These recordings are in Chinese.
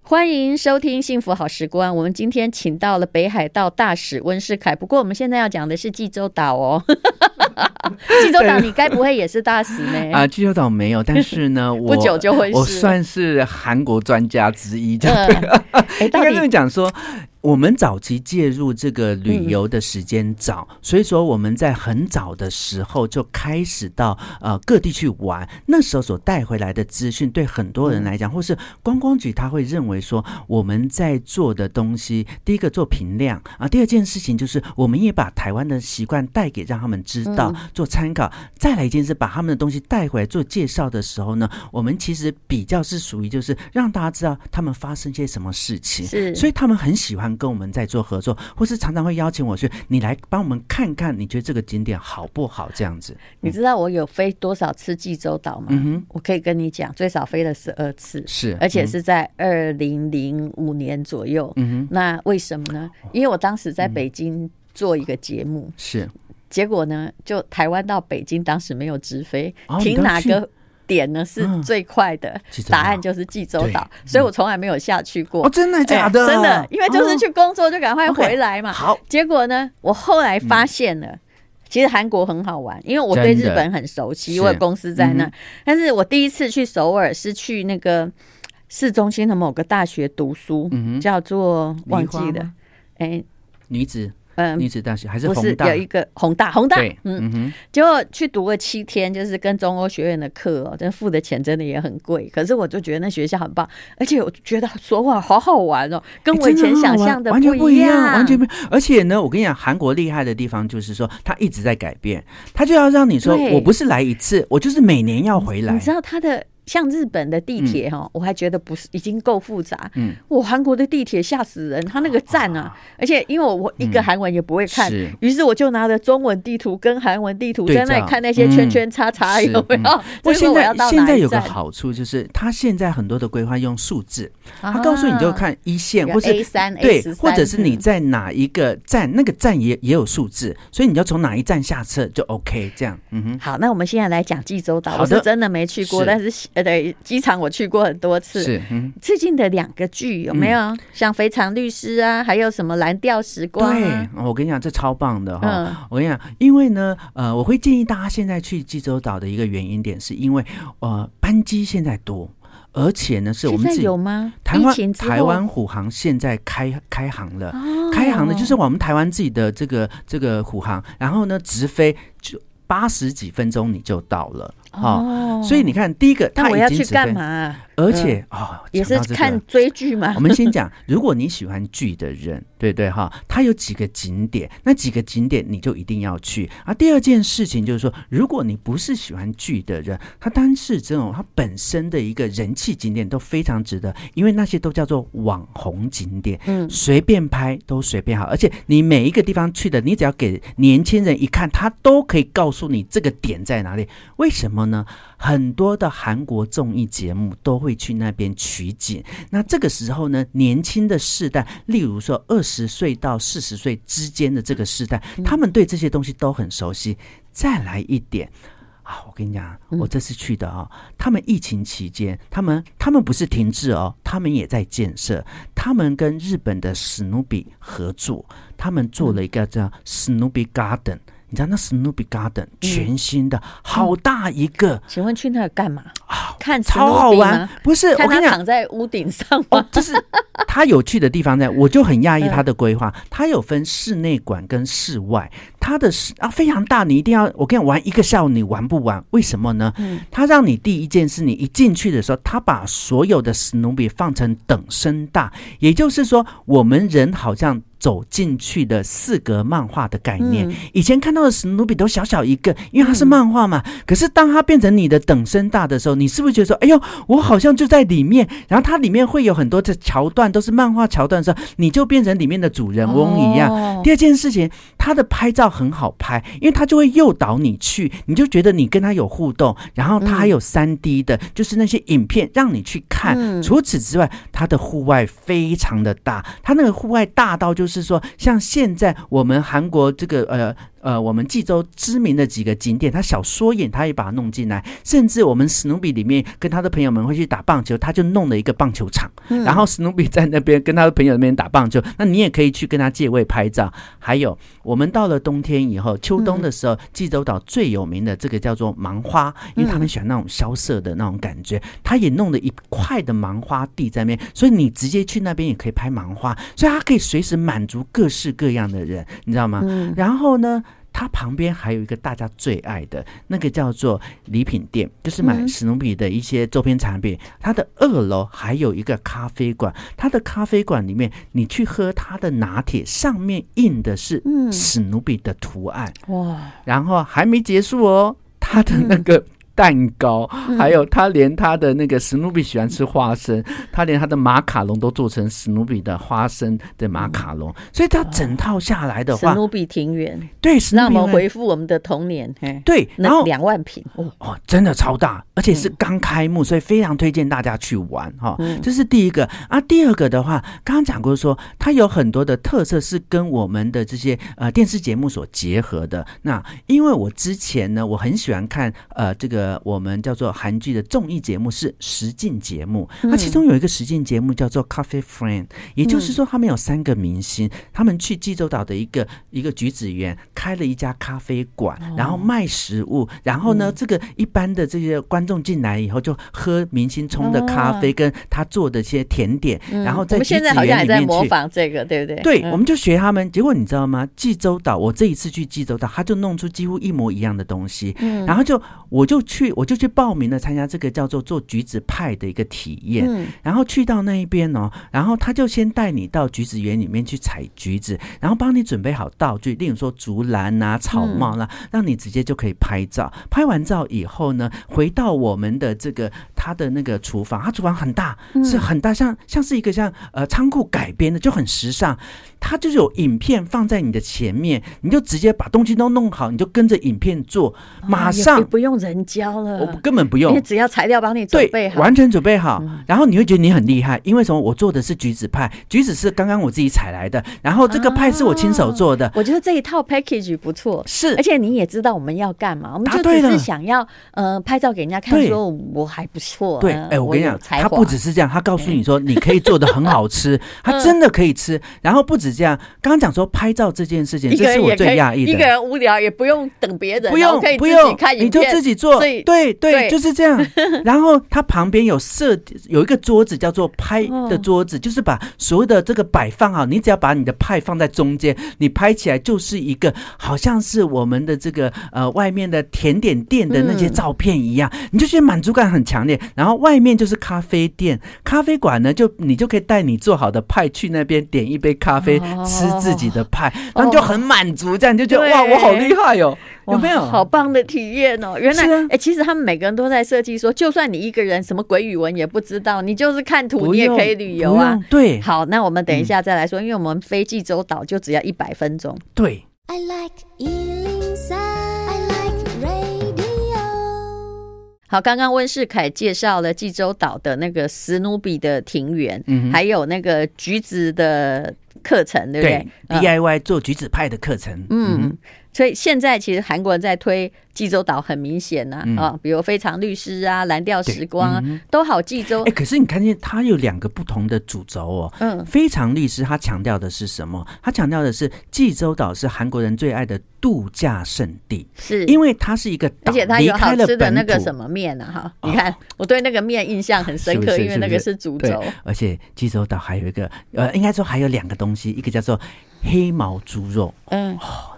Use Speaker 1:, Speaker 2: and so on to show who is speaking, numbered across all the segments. Speaker 1: 欢迎收听《幸福好时光》。我们今天请到了北海道大使温世凯，不过我们现在要讲的是济州岛 哦。济州岛，你该不会也是大使呢？
Speaker 2: 啊，济州岛没有，但 是呢，我
Speaker 1: 哎不久就会是
Speaker 2: 我算是韩国专家之一， 这样、
Speaker 1: 嗯哎，
Speaker 2: 应
Speaker 1: 到
Speaker 2: 该
Speaker 1: 底
Speaker 2: 这么啊讲说。我们早期介入这个
Speaker 1: 嗯
Speaker 2: 旅游的时间早，所以说我们在很早的时候就开始到呃各地去玩。那时候所带回来的资讯，对很多
Speaker 1: 嗯
Speaker 2: 人来讲，或是观光局他会认为说我们在做的东西，第一个做评量啊，第二件事情就是我们也把台湾的习惯带给让他们知
Speaker 1: 嗯
Speaker 2: 道、做参考。再来一件事，把他们的东西带回来做介绍的时候呢，我们其实比较是属于就是让大家知道他们发生些什么事情。
Speaker 1: 是
Speaker 2: 所以他们很喜欢跟我们在做合作，或是常常会邀请我去，你来帮我们看看，你觉得这个景点好不好？这样子，
Speaker 1: 你知道我有飞多少次济州岛吗？
Speaker 2: 嗯哼，
Speaker 1: 我可以跟你讲，最少飞了十二次，
Speaker 2: 是，
Speaker 1: 而且
Speaker 2: 嗯
Speaker 1: 是在二零零五年左右。
Speaker 2: 嗯哼，
Speaker 1: 那为什么呢？因为我当时在北京做一个节目，
Speaker 2: 是
Speaker 1: 结果呢，就台湾到北京当时没有直飞，
Speaker 2: 哦你
Speaker 1: 停
Speaker 2: 都
Speaker 1: 哪
Speaker 2: 去
Speaker 1: 个点呢是
Speaker 2: 嗯
Speaker 1: 最快的？
Speaker 2: 济州岛
Speaker 1: 答案就是济州岛，所以我从来没有下去过。
Speaker 2: 哦，真的假的？
Speaker 1: 哎真的，因为就是
Speaker 2: 哦
Speaker 1: 去工作就赶快
Speaker 2: OK，嗯
Speaker 1: 回来嘛。
Speaker 2: 好，
Speaker 1: 结果呢，我后来发现了。其实韩国很好玩，因为我对
Speaker 2: 真
Speaker 1: 日
Speaker 2: 的
Speaker 1: 本很熟悉，
Speaker 2: 是
Speaker 1: 我有公司在那。
Speaker 2: 嗯
Speaker 1: 但是我第一次去首尔是去那个市中心的某个大学读书，
Speaker 2: 嗯哼，
Speaker 1: 叫做忘记
Speaker 2: 梨花
Speaker 1: 了
Speaker 2: 吗，
Speaker 1: 哎，
Speaker 2: 女子
Speaker 1: 嗯、
Speaker 2: 女子大学还是
Speaker 1: 不
Speaker 2: 宏
Speaker 1: 是
Speaker 2: 大
Speaker 1: 有一个宏大，宏大，
Speaker 2: 对，
Speaker 1: 嗯，
Speaker 2: 嗯哼，
Speaker 1: 结果去读了七天，就是跟中欧学院的课哦，真的付的钱真的也很贵，可是我就觉得那学校很棒，而且我觉得首尔好好玩哦，跟
Speaker 2: 哎
Speaker 1: 我以
Speaker 2: 真
Speaker 1: 前
Speaker 2: 的很
Speaker 1: 想
Speaker 2: 好玩
Speaker 1: 象的
Speaker 2: 完全
Speaker 1: 不
Speaker 2: 一
Speaker 1: 样，
Speaker 2: 完全不。而且呢，我跟你讲，韩国厉害的地方就是说，它一直在改变，它就要让你说，
Speaker 1: 对
Speaker 2: 我不是来一次，我就是每年要回来
Speaker 1: 你知。道它的像日本的地铁哈、我还觉得不是已经够复杂。
Speaker 2: 嗯，
Speaker 1: 我韩国的地铁吓死人，它那个站啊，而且因为我我一个韩文也不会看，
Speaker 2: 嗯是
Speaker 1: 于是我就拿着中文地图跟韩文地图
Speaker 2: 对
Speaker 1: 在那里
Speaker 2: 照
Speaker 1: 看那些圈圈叉叉
Speaker 2: 嗯
Speaker 1: 有没
Speaker 2: 是
Speaker 1: 有？ 这
Speaker 2: 不过
Speaker 1: 是
Speaker 2: 现
Speaker 1: 我哎要
Speaker 2: 在
Speaker 1: 到
Speaker 2: 现
Speaker 1: 哪
Speaker 2: 在有
Speaker 1: 一
Speaker 2: 个
Speaker 1: 站？
Speaker 2: 好处就是，它现在很多的规划用数字，
Speaker 1: 他
Speaker 2: 他告诉你就看一线，或是
Speaker 1: 啊 A 三、嗯
Speaker 2: 对
Speaker 1: A 十，
Speaker 2: 或者是你在哪一个站，那个站也也有数字，所以你要从哪一站下车就 OK，这样，嗯哼，
Speaker 1: 好，那我们现在来讲济州岛，
Speaker 2: 好
Speaker 1: 我
Speaker 2: 的
Speaker 1: 是真的没去过，
Speaker 2: 是
Speaker 1: 但是呃，对，机场我去过很多次。
Speaker 2: 是，嗯，
Speaker 1: 最近的两个剧有没有、像《非常律师》啊，还有什么《蓝调时光》啊？
Speaker 2: 对，哦我跟你讲，这超棒的哈、
Speaker 1: 嗯
Speaker 2: 我跟你讲，因为呢，呃，我会建议大家现在去济州岛的一个原因点，是因为呃，班机现在多，而且呢，是我
Speaker 1: 现
Speaker 2: 们
Speaker 1: 在
Speaker 2: 自己
Speaker 1: 有吗？
Speaker 2: 台
Speaker 1: 疫
Speaker 2: 湾
Speaker 1: 情之后，
Speaker 2: 台湾虎航现在开开航了。
Speaker 1: 哦
Speaker 2: 开航的就是我们台湾自己的这个这个虎航，然后呢直飞就八十几分钟你就到了哦
Speaker 1: 哦
Speaker 2: 所以你看，第一个
Speaker 1: 那
Speaker 2: 它
Speaker 1: 我
Speaker 2: 已
Speaker 1: 要
Speaker 2: 经
Speaker 1: 去
Speaker 2: 直
Speaker 1: 干
Speaker 2: 飞，
Speaker 1: 嘛啊？
Speaker 2: 而且哦，
Speaker 1: 也
Speaker 2: 讲
Speaker 1: 是
Speaker 2: 到这个
Speaker 1: 看追剧嘛
Speaker 2: 我。们先讲， 如果你喜欢剧的人，对对哈，它有几个景点，那几个景点你就一定要去啊。第二件事情就是说，如果你不是喜欢剧的人，它单是这种它本身的一个人气景点都非常值得，因为那些都叫做网红景点，
Speaker 1: 嗯
Speaker 2: 随便拍都随便好，而且你每一个地方去的，你只要给年轻人一看，他都可以告诉你这个点在哪里。为什么呢？很多的韩国综艺节目都会去那边取景。那这个时候呢，年轻的世代，例如说二十岁到四十岁之间的这个世代，
Speaker 1: 嗯
Speaker 2: 他们对这些东西都很熟悉。再来一点。啊，我跟你讲，
Speaker 1: 嗯
Speaker 2: 我这次去的啊、他们疫情期间，他们他们不是停滞哦，他们也在建设，他们跟日本的史努比合作，他们做了一个叫史努比 Garden，你知道那史努比 Garden
Speaker 1: 嗯
Speaker 2: 全新的，好大一个，
Speaker 1: 请问去那儿干嘛？看史
Speaker 2: 啊超
Speaker 1: 努
Speaker 2: 好
Speaker 1: 比
Speaker 2: 玩
Speaker 1: 吗？，
Speaker 2: 不是我
Speaker 1: 看
Speaker 2: 跟
Speaker 1: 他
Speaker 2: 你讲。
Speaker 1: 躺在屋顶上
Speaker 2: 哦
Speaker 1: 吗？，
Speaker 2: 这是它有趣的地方在，我就很讶异它的规划。它有分室内馆跟室外，它的室啊非常大，你一定要我跟你玩一个下午，你玩不完？为什么呢？
Speaker 1: 嗯
Speaker 2: 它让你第一件事，你一进去的时候，它把所有的史努比放成等身大，也就是说，我们人好像走进去的四格漫画的概念。
Speaker 1: 嗯
Speaker 2: 以前看到的史努比都小小一个，因为它是漫画嘛。
Speaker 1: 嗯
Speaker 2: 可是当它变成你的等身大的时候，你是不是觉得说，哎呦，我好像就在里面？然后它里面会有很多的桥段，都是漫画桥段的时候，你就变成里面的主人翁一样。
Speaker 1: 哦
Speaker 2: 第二件事情，他的拍照很好拍，因为他就会诱导你去，你就觉得你跟他有互动，然后他还有三 D 的，就是那些影片让你去看。除此之外，他的户外非常的大，他那个户外大到就是说，像现在我们韩国这个呃。呃我们济州知名的几个景点，他小缩影他也把它弄进来，甚至我们史努比里面跟他的朋友们会去打棒球，他就弄了一个棒球场，然后史努比在那边跟他的朋友那边打棒球，那你也可以去跟他借位拍照。还有我们到了冬天以后，秋冬的时候，济州岛最有名的这个叫做芒花，因为他们喜欢那种萧瑟的那种感觉，他也弄了一块的芒花地在那边，所以你直接去那边也可以拍芒花，所以它可以随时满足各式各样的人，你知道吗？然后呢，它旁边还有一个大家最爱的那个叫做礼品店，就是买
Speaker 1: 嗯
Speaker 2: 史努比的一些周边产品。它的二楼还有一个咖啡馆，它的咖啡馆里面你去喝它的拿铁，上面印的是
Speaker 1: 嗯，
Speaker 2: 史努比的图案，
Speaker 1: 哇，
Speaker 2: 然后还没结束哦，
Speaker 1: 嗯
Speaker 2: 它的那个。蛋糕，还有它连它的那个史努比喜欢吃花生，它连它的马卡龙都做成史努比的花生的马卡龙，所以它整套下来的
Speaker 1: 嗯史
Speaker 2: 话，
Speaker 1: 努比庭园，
Speaker 2: 对，史努
Speaker 1: 让
Speaker 2: 比
Speaker 1: 我们
Speaker 2: 会
Speaker 1: 回复我们的童年，嘿，
Speaker 2: 对，
Speaker 1: 那
Speaker 2: 然后
Speaker 1: 两万平，哦，
Speaker 2: 哦，真的超大，而且是刚开幕，所以非常推荐大家去玩哈、
Speaker 1: 嗯
Speaker 2: 这是第一个啊，第二个的话，刚刚讲过说，它有很多的特色是跟我们的这些呃电视节目所结合的。那因为我之前呢，我很喜欢看呃这个我们叫做韩剧的综艺节目是实境节目，那、其中有一个实境节目叫做《Coffee Friend》，也就是
Speaker 1: 嗯
Speaker 2: 说他们有三个明星，他们去济州岛的一个一个橘子园开了一家咖啡馆，
Speaker 1: 哦
Speaker 2: 然后卖食物，然后
Speaker 1: 嗯
Speaker 2: 呢，这个一般的这些观众进来以后就喝明星冲的咖啡，跟他做的一些甜点，
Speaker 1: 哦嗯
Speaker 2: 然后
Speaker 1: 我
Speaker 2: 在
Speaker 1: 们
Speaker 2: 橘
Speaker 1: 现
Speaker 2: 子
Speaker 1: 在好像
Speaker 2: 园
Speaker 1: 也
Speaker 2: 里
Speaker 1: 在
Speaker 2: 面
Speaker 1: 模
Speaker 2: 去。
Speaker 1: 仿这个，对不对？
Speaker 2: 对，
Speaker 1: 嗯
Speaker 2: 我们就学他们。结果你知道吗？济州岛，我这一次去济州岛，他就弄出几乎一模一样的东西。
Speaker 1: 嗯
Speaker 2: 然后就我就去，我就去报名了参加这个叫做做橘子派的一个体验。
Speaker 1: 嗯
Speaker 2: 然后去到那一边哦，然后他就先带你到橘子园里面去采橘子，然后帮你准备好道具，例如说竹篮啊、草帽啦、让你直接就可以拍照。拍完照以后呢，回到我们的这个他的那个厨房，他厨房很大，是很大，像像是一个像呃仓库改编的，就很时尚。它就是有影片放在你的前面，你就直接把东西都弄好，你就跟着影片做，马
Speaker 1: 哦也
Speaker 2: 上
Speaker 1: 也不用人教
Speaker 2: 我
Speaker 1: 了，
Speaker 2: 根本不用
Speaker 1: 因为，只要材料帮你准
Speaker 2: 对
Speaker 1: 备，好，嗯
Speaker 2: 完全准备好，然后你会觉得你很厉害，因为什么？我做的是橘子派，橘子是刚刚我自己采来的，然后这个派是我亲手做的，
Speaker 1: 我觉得这一套 package 不错。
Speaker 2: 是
Speaker 1: 而且你也知道我们要干嘛，我们
Speaker 2: 答
Speaker 1: 就
Speaker 2: 对
Speaker 1: 只是
Speaker 2: 了
Speaker 1: 想要呃拍照给人家看，
Speaker 2: 对
Speaker 1: 说我还不错啊。
Speaker 2: 对，哎，我跟你
Speaker 1: 有嗯
Speaker 2: 讲，
Speaker 1: 才
Speaker 2: 他
Speaker 1: 华
Speaker 2: 不只是这样，他告诉你说你可以做的很好吃，他
Speaker 1: 嗯
Speaker 2: 真的可以吃。然后不止这样，刚刚讲说拍照这件事情，
Speaker 1: 一个
Speaker 2: 这是
Speaker 1: 人
Speaker 2: 我
Speaker 1: 也可
Speaker 2: 最
Speaker 1: 以
Speaker 2: 讶异
Speaker 1: 一个
Speaker 2: 的。
Speaker 1: 人无聊也不用等别人，
Speaker 2: 不
Speaker 1: 然后
Speaker 2: 用
Speaker 1: 可以
Speaker 2: 不
Speaker 1: 自
Speaker 2: 用
Speaker 1: 己看，影
Speaker 2: 你就
Speaker 1: 片，
Speaker 2: 自己做，
Speaker 1: 所以
Speaker 2: 对对
Speaker 1: 对
Speaker 2: 就是 这样。然后他旁边有设有一个桌子叫做拍
Speaker 1: 哦
Speaker 2: 的桌子，就是把所有的这个摆放啊好，你只要把你的派放在中间，你拍起来就是一个好像是我们的这个呃外面的甜点店的那些
Speaker 1: 嗯
Speaker 2: 照片一样，你就觉得满足感很强烈。然后外面就是咖啡店，咖啡馆呢，就你就可以带你做好的派去那边点一杯咖啡，
Speaker 1: 哦
Speaker 2: 吃自己的派，然后你就很满足，这样你就觉得
Speaker 1: 对
Speaker 2: 哇，我好厉害哟、
Speaker 1: 哇
Speaker 2: 哎有没有？
Speaker 1: 好棒的体验哦？原来
Speaker 2: 是
Speaker 1: 哎、
Speaker 2: 啊
Speaker 1: 诶其实他们每个人都在设计说，就算你一个人什么鬼语文也不知道，你就是看图，
Speaker 2: 不
Speaker 1: 你也
Speaker 2: 用
Speaker 1: 可以旅游啊。
Speaker 2: 不用对
Speaker 1: 好，那我们等一
Speaker 2: 嗯
Speaker 1: 下再来说，因为我们飞济州岛就只要一百分钟。
Speaker 2: 对，
Speaker 3: I like Ealing Sound. I like radio.
Speaker 1: 好，刚刚温世凯介绍了济州岛的那个史努比的庭园，
Speaker 2: 嗯哼
Speaker 1: 还有那个橘子的课程，对不对啊
Speaker 2: 对？DIY 做橘子派的课程，
Speaker 1: 嗯，嗯所以现在其实韩国人在推济州岛，很明显呐、啊，
Speaker 2: 嗯
Speaker 1: 比如非常律师啊、蓝调时
Speaker 2: 对
Speaker 1: 光啊，
Speaker 2: 嗯
Speaker 1: 都好济州
Speaker 2: 哎、，可是你看见它有两个不同的主轴哦。
Speaker 1: 嗯，
Speaker 2: 非常律师他强调的是什么？他强调的是济州岛是韩国人最爱的度假胜地，
Speaker 1: 是。
Speaker 2: 因为它是一个
Speaker 1: 而
Speaker 2: 岛，
Speaker 1: 且它
Speaker 2: 离
Speaker 1: 有好
Speaker 2: 开了
Speaker 1: 吃的
Speaker 2: 本
Speaker 1: 那个
Speaker 2: 土
Speaker 1: 什么面啊，哈、你看我对那个面印象很深
Speaker 2: 是不
Speaker 1: 刻，
Speaker 2: 是
Speaker 1: 因为那个是主
Speaker 2: 对
Speaker 1: 轴，，
Speaker 2: 而且济州岛还有一个，呃，应该说还有两个东西，一个叫做黑毛猪肉，
Speaker 1: 嗯，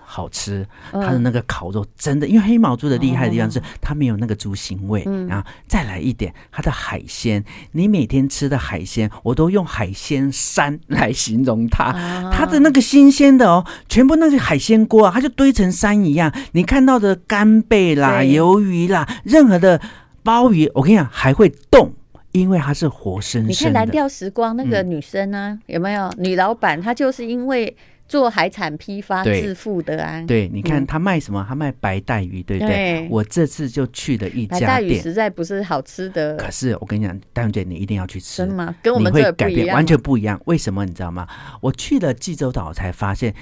Speaker 2: 好吃，
Speaker 1: 嗯哦
Speaker 2: 它的那个烤肉真的，因为黑毛猪的厉害的地方是它没有那个猪腥味，
Speaker 1: 嗯
Speaker 2: 然后再来一点，它的海鲜，你每天吃的海鲜，我都用海鲜山来形容它，
Speaker 1: 啊
Speaker 2: 它的那个新鲜的哦，全部那个海鲜锅啊，它就堆成山一样，你看到的干贝啦、
Speaker 1: 对
Speaker 2: 鱿鱼啦，任何的鲍鱼，我跟你讲还会动。因为它是活生
Speaker 1: 你看
Speaker 2: 生
Speaker 1: 蓝
Speaker 2: 的，嗯
Speaker 1: 调时光那个女生啊，有没有女老板？她就是因为做海产批发
Speaker 2: 对
Speaker 1: 致富的啊。
Speaker 2: 对，你看
Speaker 1: 嗯
Speaker 2: 他卖什么？他卖白带鱼，对不
Speaker 1: 对
Speaker 2: 对？我这次就去了一
Speaker 1: 白
Speaker 2: 家
Speaker 1: 带鱼
Speaker 2: 店，
Speaker 1: 实在不是好吃的
Speaker 2: 可，是我跟你讲，戴茹姐，你一定要去吃
Speaker 1: 真，吗？跟我
Speaker 2: 你
Speaker 1: 们
Speaker 2: 会
Speaker 1: 这不
Speaker 2: 改
Speaker 1: 一
Speaker 2: 变，
Speaker 1: 样，
Speaker 2: 完全不一样。为什么你知道吗？我去了济州岛才发现，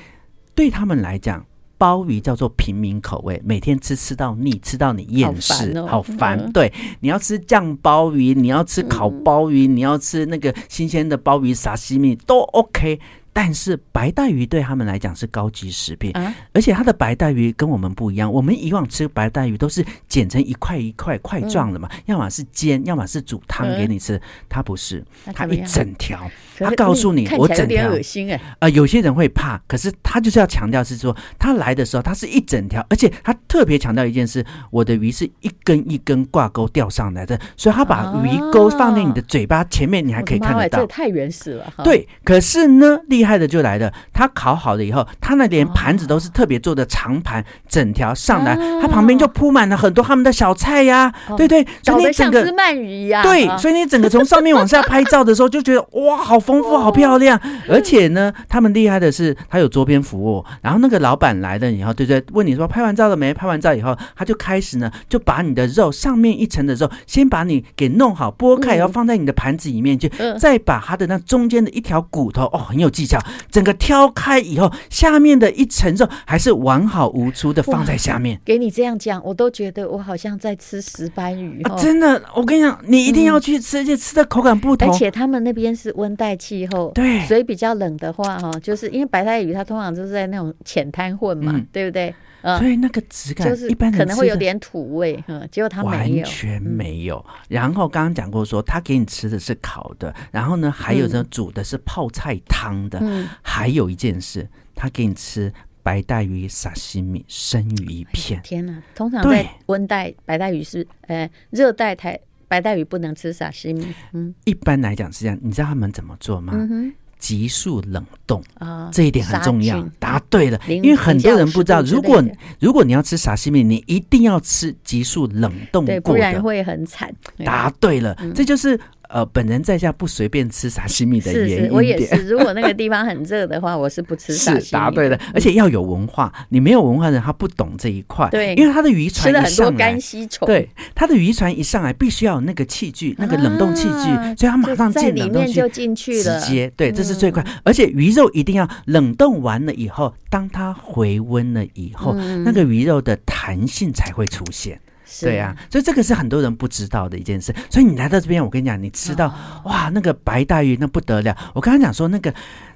Speaker 2: 对他们来讲，鲍鱼叫做平民口味，每天吃吃到腻，吃到你厌世，
Speaker 1: 好烦哦
Speaker 2: 好烦。
Speaker 1: 嗯
Speaker 2: 对，你要吃酱鲍鱼，你要吃烤鲍鱼，你要吃那个新鲜的鲍鱼沙西米都 OK。但是白带鱼对他们来讲是高级食品，
Speaker 1: 啊，
Speaker 2: 而且它的白带鱼跟我们不一样，我们以往吃白带鱼都是剪成一块一块块状的嘛，
Speaker 1: 嗯
Speaker 2: 要么是煎，要么是煮汤给你吃，它不是，
Speaker 1: 那
Speaker 2: 它
Speaker 1: 怎么
Speaker 2: 一
Speaker 1: 样
Speaker 2: 整条。
Speaker 1: 可是
Speaker 2: 他告诉
Speaker 1: 嗯
Speaker 2: 你
Speaker 1: 看
Speaker 2: 我
Speaker 1: 起来有
Speaker 2: 整
Speaker 1: 点
Speaker 2: 条
Speaker 1: 恶心哎、
Speaker 2: 啊、有些人会怕，可是他就是要强调是说，他来的时候他是一整条，而且他特别强调一件事，我的鱼是一根一根挂钩钓上来的，所以他把鱼钩放在你的嘴巴前面，你
Speaker 1: 哦
Speaker 2: 还
Speaker 1: 我的
Speaker 2: 可以看
Speaker 1: 妈
Speaker 2: 得
Speaker 1: 呀这哦
Speaker 2: 到
Speaker 1: 也。太原始了哈。，
Speaker 2: 对，可是呢，厉害的就来了，他烤好了以后，他那连盘子都
Speaker 1: 哦
Speaker 2: 是特别做的长盘，整条上来，它旁边就铺满了很多他们的小菜呀，
Speaker 1: 哦
Speaker 2: 对对，所
Speaker 1: 搞
Speaker 2: 以
Speaker 1: 得
Speaker 2: 你整
Speaker 1: 像
Speaker 2: 个
Speaker 1: 只鳗鱼呀、
Speaker 2: 对，
Speaker 1: 啊
Speaker 2: 所以你整个从上面往下拍照的时候，就觉得哇，好丰富，好漂亮。
Speaker 1: 嗯
Speaker 2: 而且呢，他们厉害的是，他有桌边服务。然后那个老板来了以后，对不对？问你说拍完照了没？拍完照以后，他就开始呢，就把你的肉上面一层的肉，先把你给弄好，剥开，
Speaker 1: 嗯
Speaker 2: 然后放在你的盘子里面去，
Speaker 1: 嗯
Speaker 2: 再把它的那中间的一条骨头，哦，很有技巧，整个挑开以后，下面的一层肉还是完好无缺的放在下面。
Speaker 1: 给你这样讲，我都觉得我好像在吃石斑鱼
Speaker 2: 啊，
Speaker 1: 哦。
Speaker 2: 真的，我跟你讲，你一定要去吃，而且吃的口感不同
Speaker 1: 嗯而。且他们那边是温带气候，
Speaker 2: 对
Speaker 1: 所以比较冷的话，哈，就是因为白带鱼它通常就是在那种浅滩混嘛，
Speaker 2: 嗯
Speaker 1: 对不对？嗯、
Speaker 2: 所以那个质感，
Speaker 1: 就是
Speaker 2: 一般人
Speaker 1: 可能会
Speaker 2: 吃
Speaker 1: 有
Speaker 2: 的
Speaker 1: 点土味，嗯，结果它没
Speaker 2: 完
Speaker 1: 有，嗯
Speaker 2: 全没有。然后刚刚讲过说，他给你吃的是烤的，然后呢，还有呢煮的是泡菜汤的，
Speaker 1: 嗯，
Speaker 2: 还有一件事，他给你吃白带鱼沙西米生鱼一片。
Speaker 1: 天哪！通常
Speaker 2: 对
Speaker 1: 在温带白带鱼是，呃，热带台白带鱼不能吃沙西米，嗯
Speaker 2: 一般来讲是这样，你知道他们怎么做吗？
Speaker 1: 嗯哼
Speaker 2: 急速冷冻。
Speaker 1: 啊，
Speaker 2: 这一点很重要
Speaker 1: 杀菌，嗯
Speaker 2: 答对了，
Speaker 1: 零
Speaker 2: 因为很多人不知道，
Speaker 1: 零下50
Speaker 2: 如
Speaker 1: 度
Speaker 2: 果
Speaker 1: 之类的
Speaker 2: 如果你要吃沙西米，你一定要吃急速冷冻
Speaker 1: 对，不
Speaker 2: 过
Speaker 1: 然
Speaker 2: 的，
Speaker 1: 会很惨。对嗯
Speaker 2: 答对了，这就是呃，本人在家不随便吃沙西米的
Speaker 1: 是
Speaker 2: 原因
Speaker 1: 是，
Speaker 2: 点。
Speaker 1: 我也是。如果那个地方很热的嗯话，我是不吃沙
Speaker 2: 是
Speaker 1: 西
Speaker 2: 答
Speaker 1: 米。
Speaker 2: 对了，而且要有文化。你没有文化的人，他不懂这一块。
Speaker 1: 对
Speaker 2: 因为他的渔船
Speaker 1: 吃了
Speaker 2: 一
Speaker 1: 很多
Speaker 2: 上
Speaker 1: 干
Speaker 2: 来，
Speaker 1: 吸虫，
Speaker 2: 对他的渔船一上来，必须要有那个器具，那个冷冻器具，
Speaker 1: 啊
Speaker 2: 所以他马
Speaker 1: 就
Speaker 2: 上
Speaker 1: 在
Speaker 2: 进
Speaker 1: 里
Speaker 2: 冷冻
Speaker 1: 面
Speaker 2: 器
Speaker 1: 就进去
Speaker 2: 直
Speaker 1: 了。嗯
Speaker 2: 接对，这是最快。而且鱼肉一定要冷冻完了以后，当它回温了以后，
Speaker 1: 嗯
Speaker 2: 那个鱼肉的弹性才会出现。
Speaker 1: 是
Speaker 2: 对啊，，所以这个是很多人不知道的一件事。所以你来到这边，我跟你讲，你吃
Speaker 1: 哦
Speaker 2: 到、哇，那个白带鱼那不得了。我刚刚讲说那个。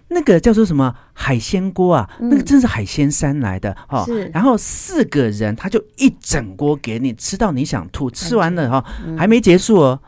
Speaker 2: 那个叫做什么海鲜锅啊？那个真是海鲜山来的哦
Speaker 1: 嗯是。
Speaker 2: 然后四个人，他就一整锅给你吃到你想吐，吃完了哈、
Speaker 1: 嗯
Speaker 2: 还没结束哦。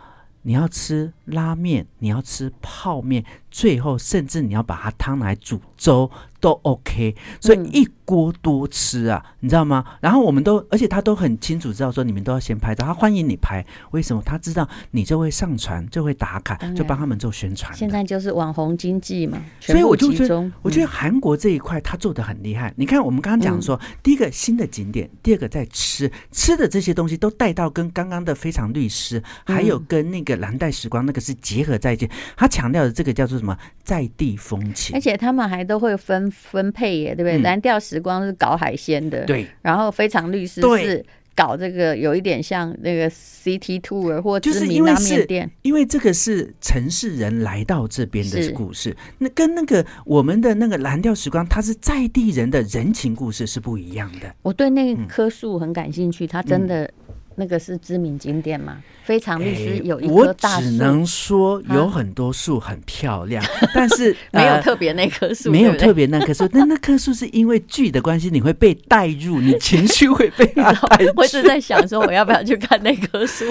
Speaker 2: 你要吃拉面，你要吃泡面，最后甚至你要把它汤拿来煮粥都 OK，所
Speaker 1: 嗯
Speaker 2: 以一锅多吃啊，你知道吗？然后我们都，而且他都很清楚知道说你们都要先拍照，他欢迎你拍，为什么？他知道你就会上传，就会打卡
Speaker 1: 当，然
Speaker 2: 就帮他们做宣传的。
Speaker 1: 现在就是网红经济嘛，
Speaker 2: 所以
Speaker 1: 全部
Speaker 2: 我就
Speaker 1: 集
Speaker 2: 觉得
Speaker 1: 中，嗯
Speaker 2: 我觉得韩国这一块他做的很厉害。你看，我们刚刚讲说，
Speaker 1: 嗯
Speaker 2: 第一个新的景点，第二个在吃，吃的这些东西都带到跟刚刚的非常律师，
Speaker 1: 嗯
Speaker 2: 还有跟那个蓝带时光那个是结合在一起。他强调的这个叫做什么在地风
Speaker 1: 嗯
Speaker 2: 情
Speaker 1: 而，且他们还都会分分配耶，对不对？
Speaker 2: 嗯
Speaker 1: 蓝调时光是搞海鲜的，
Speaker 2: 对，
Speaker 1: 然后非常律师
Speaker 2: 对
Speaker 1: 是搞这个有一点像那个 CT tour 或
Speaker 2: 就是
Speaker 1: 知
Speaker 2: 因
Speaker 1: 名
Speaker 2: 为
Speaker 1: 拉
Speaker 2: 是
Speaker 1: 面店，
Speaker 2: 因为这个是城市人来到这边的
Speaker 1: 是
Speaker 2: 故事，那跟那个我们的那个蓝调时光，它是在地人的人情故事是不一样的。
Speaker 1: 我对那个棵树很感兴趣，它真
Speaker 2: 嗯
Speaker 1: 的那个是知名景点嘛？非常律师
Speaker 2: 哎
Speaker 1: 有一棵
Speaker 2: 我
Speaker 1: 大
Speaker 2: 只
Speaker 1: 树，
Speaker 2: 能说
Speaker 1: 啊
Speaker 2: 有很多树很漂亮， 但是
Speaker 1: 没有
Speaker 2: 呃
Speaker 1: 特别那棵树，
Speaker 2: 没有
Speaker 1: 对不对
Speaker 2: 特别那棵树，但 那棵树是因为剧的关系，你会被带入，你情绪会被 它带
Speaker 1: 我是
Speaker 2: 入。
Speaker 1: 在想说，我要不要去看那棵树？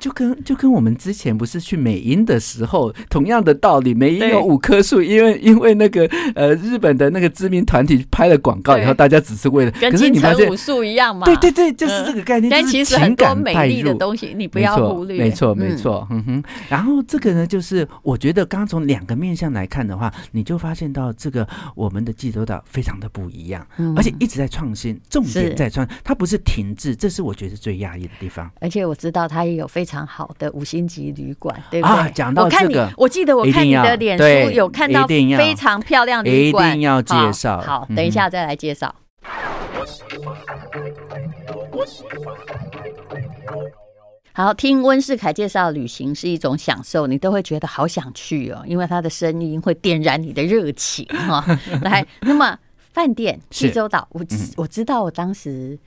Speaker 2: 就跟就跟我们之前不是去美英的时候，同样的道理，美英
Speaker 1: 对
Speaker 2: 有五棵树，因为因为那个呃日本的那个知名团体拍了广告以
Speaker 1: 对
Speaker 2: 后，大家只是为了，
Speaker 1: 跟
Speaker 2: 可是
Speaker 1: 金
Speaker 2: 你发
Speaker 1: 城
Speaker 2: 现
Speaker 1: 武，术一样嘛？嗯
Speaker 2: 对对对，就是这个概念，
Speaker 1: 但
Speaker 2: 就是
Speaker 1: 其实
Speaker 2: 情
Speaker 1: 很多
Speaker 2: 感
Speaker 1: 美
Speaker 2: 带
Speaker 1: 丽的
Speaker 2: 入
Speaker 1: 东西，你不
Speaker 2: 没
Speaker 1: 要
Speaker 2: 错
Speaker 1: 忽略。
Speaker 2: 没错，没
Speaker 1: 嗯。
Speaker 2: 错，嗯哼。然后这个呢，就是我觉得刚刚从两个面向来看的话，你就发现到这个我们的济州岛非常的不一样，而且一直在创新，重点
Speaker 1: 嗯是
Speaker 2: 在创，它不是停滞，这是我觉得最压抑的地方。
Speaker 1: 而且我知道它也有非常好的五星级旅馆，对不对？
Speaker 2: 啊讲到
Speaker 1: 我看你
Speaker 2: 这个
Speaker 1: 我记得我
Speaker 2: 一
Speaker 1: 看
Speaker 2: 定
Speaker 1: 你
Speaker 2: 要
Speaker 1: 的脸书
Speaker 2: 对
Speaker 1: 有看到
Speaker 2: 一定要
Speaker 1: 非常漂亮旅馆，
Speaker 2: 一定要介
Speaker 1: 好
Speaker 2: 绍
Speaker 1: 好，
Speaker 2: 嗯
Speaker 1: 等一下再来介绍。好，听温世凯介绍，旅行是一种享受，你都会觉得哦 好想去哦，因为他的声音会点燃你的热情哈、来，那么饭店
Speaker 2: 是嗯
Speaker 1: 济州岛，我知、我知道我当时。